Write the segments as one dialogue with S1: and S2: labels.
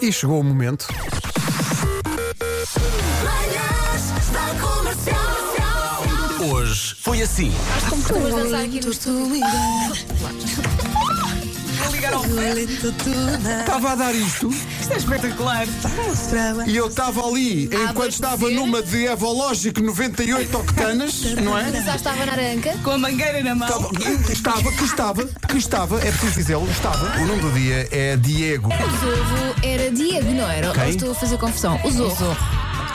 S1: E chegou o momento.
S2: Manhãs da comercial.
S3: Hoje foi assim.
S4: Vamos dançar aqui no estúdio. Violento tudo.
S1: Estava a dar isto Tá.
S5: Isto é espetacular.
S1: e eu estava ali, enquanto
S4: vou-te
S1: estava
S4: dizer.
S1: numa de Evológico 98 octanas, não é?
S4: Já estava na aranca.
S5: Com a mangueira na mão.
S1: Estava, estava, que estava, que estava, é preciso dizê-lo, estava. O nome do dia é Diego.
S4: O Zorro era Diego, não era? Ou estou a fazer confusão? O Zorro.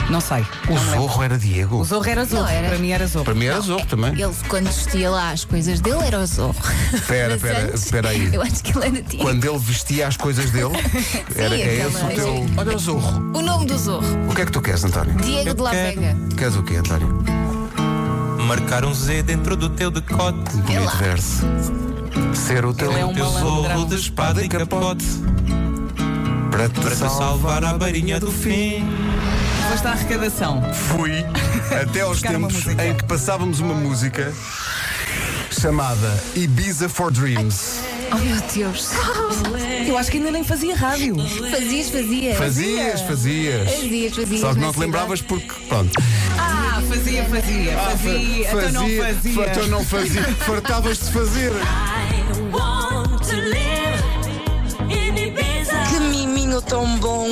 S5: Não sei.
S1: O Zorro era Diego.
S5: O Zorro era Zorro.
S4: Não era.
S5: Para mim era Zorro.
S1: Primeiro era Zorro também.
S4: Ele, quando vestia lá as coisas dele, era o Zorro.
S1: Espera,
S4: Mas
S1: espera,
S4: antes,
S1: espera aí.
S4: Eu acho que ele era Diego.
S1: Quando ele vestia as coisas dele, era
S4: Sim,
S1: é esse
S4: aquela-
S1: o teu. Olha o Zorro.
S4: O nome do Zorro.
S1: O que é que tu queres, António?
S4: Diego de La Vega.
S1: Queres o quê, António?
S6: Marcar um Z dentro do teu decote.
S1: Um
S4: É
S1: bonito
S4: lá.
S1: verso. Ser o teu
S5: Ele é um
S6: Teu
S5: malandrão.
S6: zorro de espada e capote.
S1: para te
S6: Para te
S1: salvar.
S6: salvar à beirinha do fim.
S5: Foste à arrecadação.
S1: Fui até aos
S5: Buscar uma
S1: tempos
S5: música.
S1: em que passávamos uma música chamada Ibiza for Dreams.
S4: Oh meu Deus.
S5: Eu acho que ainda nem fazia rádio.
S4: Fazias, fazias.
S1: Fazias, fazias.
S4: Fazias, fazias.
S1: Só que não te
S4: mas-
S1: lembravas porque. Pronto.
S5: Ah, fazia, fazia, fazia. Então não fazia.
S1: Então não Ah, fazia. Fartavas de fazer.
S2: I want to live in Ibiza.
S7: Que miminho tão bom.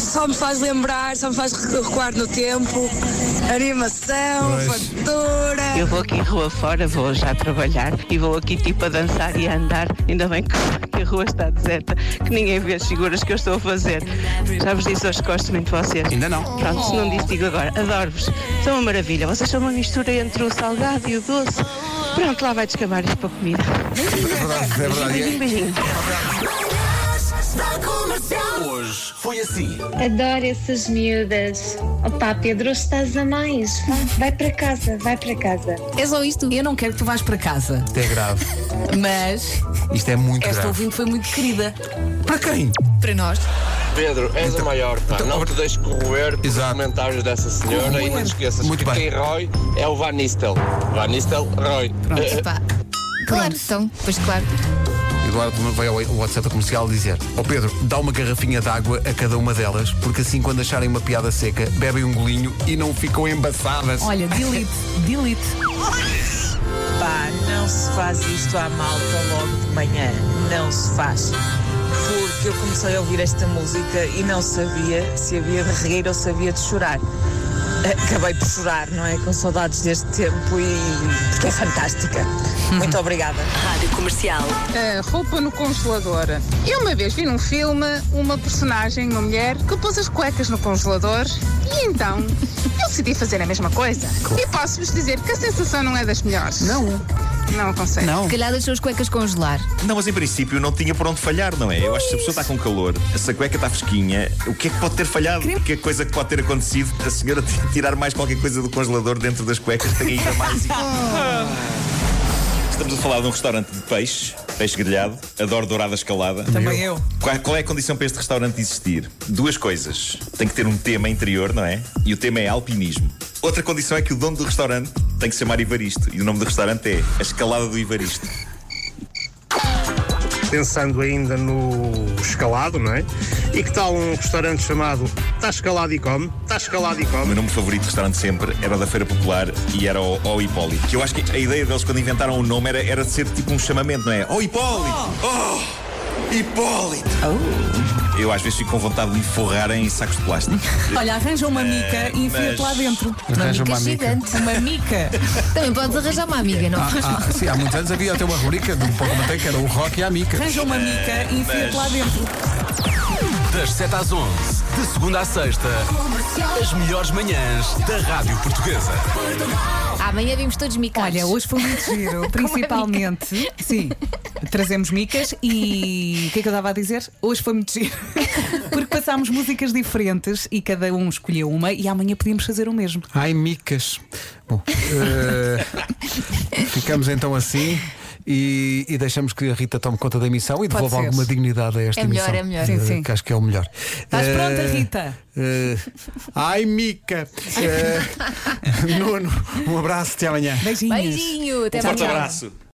S7: Só me faz lembrar, só me faz recuar no tempo. Animação,
S1: Pois.
S7: fartura.
S8: Eu vou aqui rua fora, vou já trabalhar e vou aqui tipo a dançar e a andar. Ainda bem que, que a rua está deserta, que ninguém vê as figuras que eu estou a fazer. Já vos disse hoje que gosto muito de vocês.
S1: Ainda não.
S8: Pronto, se não disse, digo agora. Adoro-vos. São uma maravilha. Vocês são uma mistura entre o salgado e o doce. Pronto, lá vai descamar isto para a comida.
S1: É verdade, é verdade.
S8: Beijinho, beijinho.
S2: Manhãs da comercial.
S6: Hoje foi assim.
S9: Adoro essas miúdas. Opa, Pedro, hoje estás a mais. Vá, Vai para casa, vai para casa.
S4: É só isto.
S5: Eu não quero que tu vás para casa,
S1: Isto é grave.
S5: mas
S1: Isto é muito
S5: esta
S1: grave.
S5: ouvinte foi muito querida.
S1: Para quem?
S4: Para nós.
S10: Pedro, és a é maior, pá. não te deixes corroer pelos
S1: Exato.
S10: comentários dessa senhora e não te esqueças
S1: Muito
S10: que
S1: bem.
S10: quem rói é o Van Nistel. Van Nistel rói. Eh,
S4: Epá. Claro, então. Pois claro.
S1: Eduardo vai ao WhatsApp comercial dizer: Ó Pedro, dá uma garrafinha de água a cada uma delas, porque assim quando acharem uma piada seca, bebem um golinho e não ficam embaçadas.
S5: Olha, delete, delete.
S11: Pá, não se faz isto à malta logo de manhã. Não se faz. Porque eu comecei a ouvir esta música e não sabia se havia de rir ou se havia de chorar. Acabei por chorar, não é? Com saudades deste tempo e. porque é fantástica. Muito obrigada.
S7: roupa no congelador. Eu uma vez vi num filme uma personagem, uma mulher, que pôs as cuecas no congelador e então eu decidi fazer a mesma coisa. E posso-vos dizer que a sensação não é das melhores. Não. Não aconselho.
S4: Se calhar deixou as cuecas congelar.
S3: Não, mas em princípio não tinha por onde falhar, não é? Eu acho que se a pessoa está com calor, se a cueca está fresquinha, o que é que pode ter falhado? Que a coisa que pode ter acontecido, a senhora t- tirar mais qualquer coisa do congelador dentro das cuecas, tem ainda mais. Estamos a falar de um restaurante de peixe, peixe grelhado, adoro dourada escalada.
S5: Também eu.
S3: Qual, qual é a condição para este restaurante existir? Duas coisas. Tem que ter um tema interior, não é? E o tema é alpinismo. Outra condição é que o dono do restaurante tem que se chamar Ivaristo. E o nome do restaurante é A Escalada do Ivaristo.
S10: pensando ainda no escalado, não é? E que tal um restaurante chamado Tá Escalado e Come? Tá Escalado e
S3: O
S10: Come?
S3: meu nome favorito de restaurante sempre era o da Feira Popular e era o, o Hipólito. Que eu acho que a ideia deles quando inventaram o nome era, era de ser tipo um chamamento, não é? Oh Hipólito! Oh! Hipólito! Eu às vezes fico com vontade de me forrar em sacos de plástico.
S5: Olha, arranja uma mica e enfia-te lá
S3: mas-
S5: dentro.
S1: Arranja
S4: Que
S1: uma amiga.
S4: gigante.
S5: É, Uma mica.
S4: Também podes arranjar uma amiga, não? é?
S1: Ah, sim, há muitos anos havia até uma rubrica do Pouco Mantém que era o Rock e a Mica.
S5: Arranja uma mica e enfia-te lá dentro.
S3: Das 7 às 11, de segunda à sexta, as melhores manhãs da Rádio Portuguesa.
S4: Amanhã vimos todos micados.
S5: Olha, hoje foi muito giro, principalmente. Sim, trazemos micas e o que é que eu estava a dizer? Hoje foi muito giro. Porque passámos músicas diferentes e cada um escolheu uma e amanhã podíamos fazer o mesmo.
S1: Ai, Micas. Bom, eh, ficamos então assim e, e deixamos que a Rita tome conta da emissão e devolva
S5: ser.
S1: alguma dignidade a esta
S4: É melhor,
S1: emissão.
S4: é melhor.
S5: Sim,
S1: Eh,
S5: sim.
S1: Que acho que é o melhor.
S5: Estás
S1: Eh,
S5: pronta, Rita?
S1: eh, ai, Mica. Eh, Nuno, um abraço, até amanhã.
S5: Beijinhos.
S4: Beijinho, até
S3: Forte
S4: amanhã.
S3: abraço!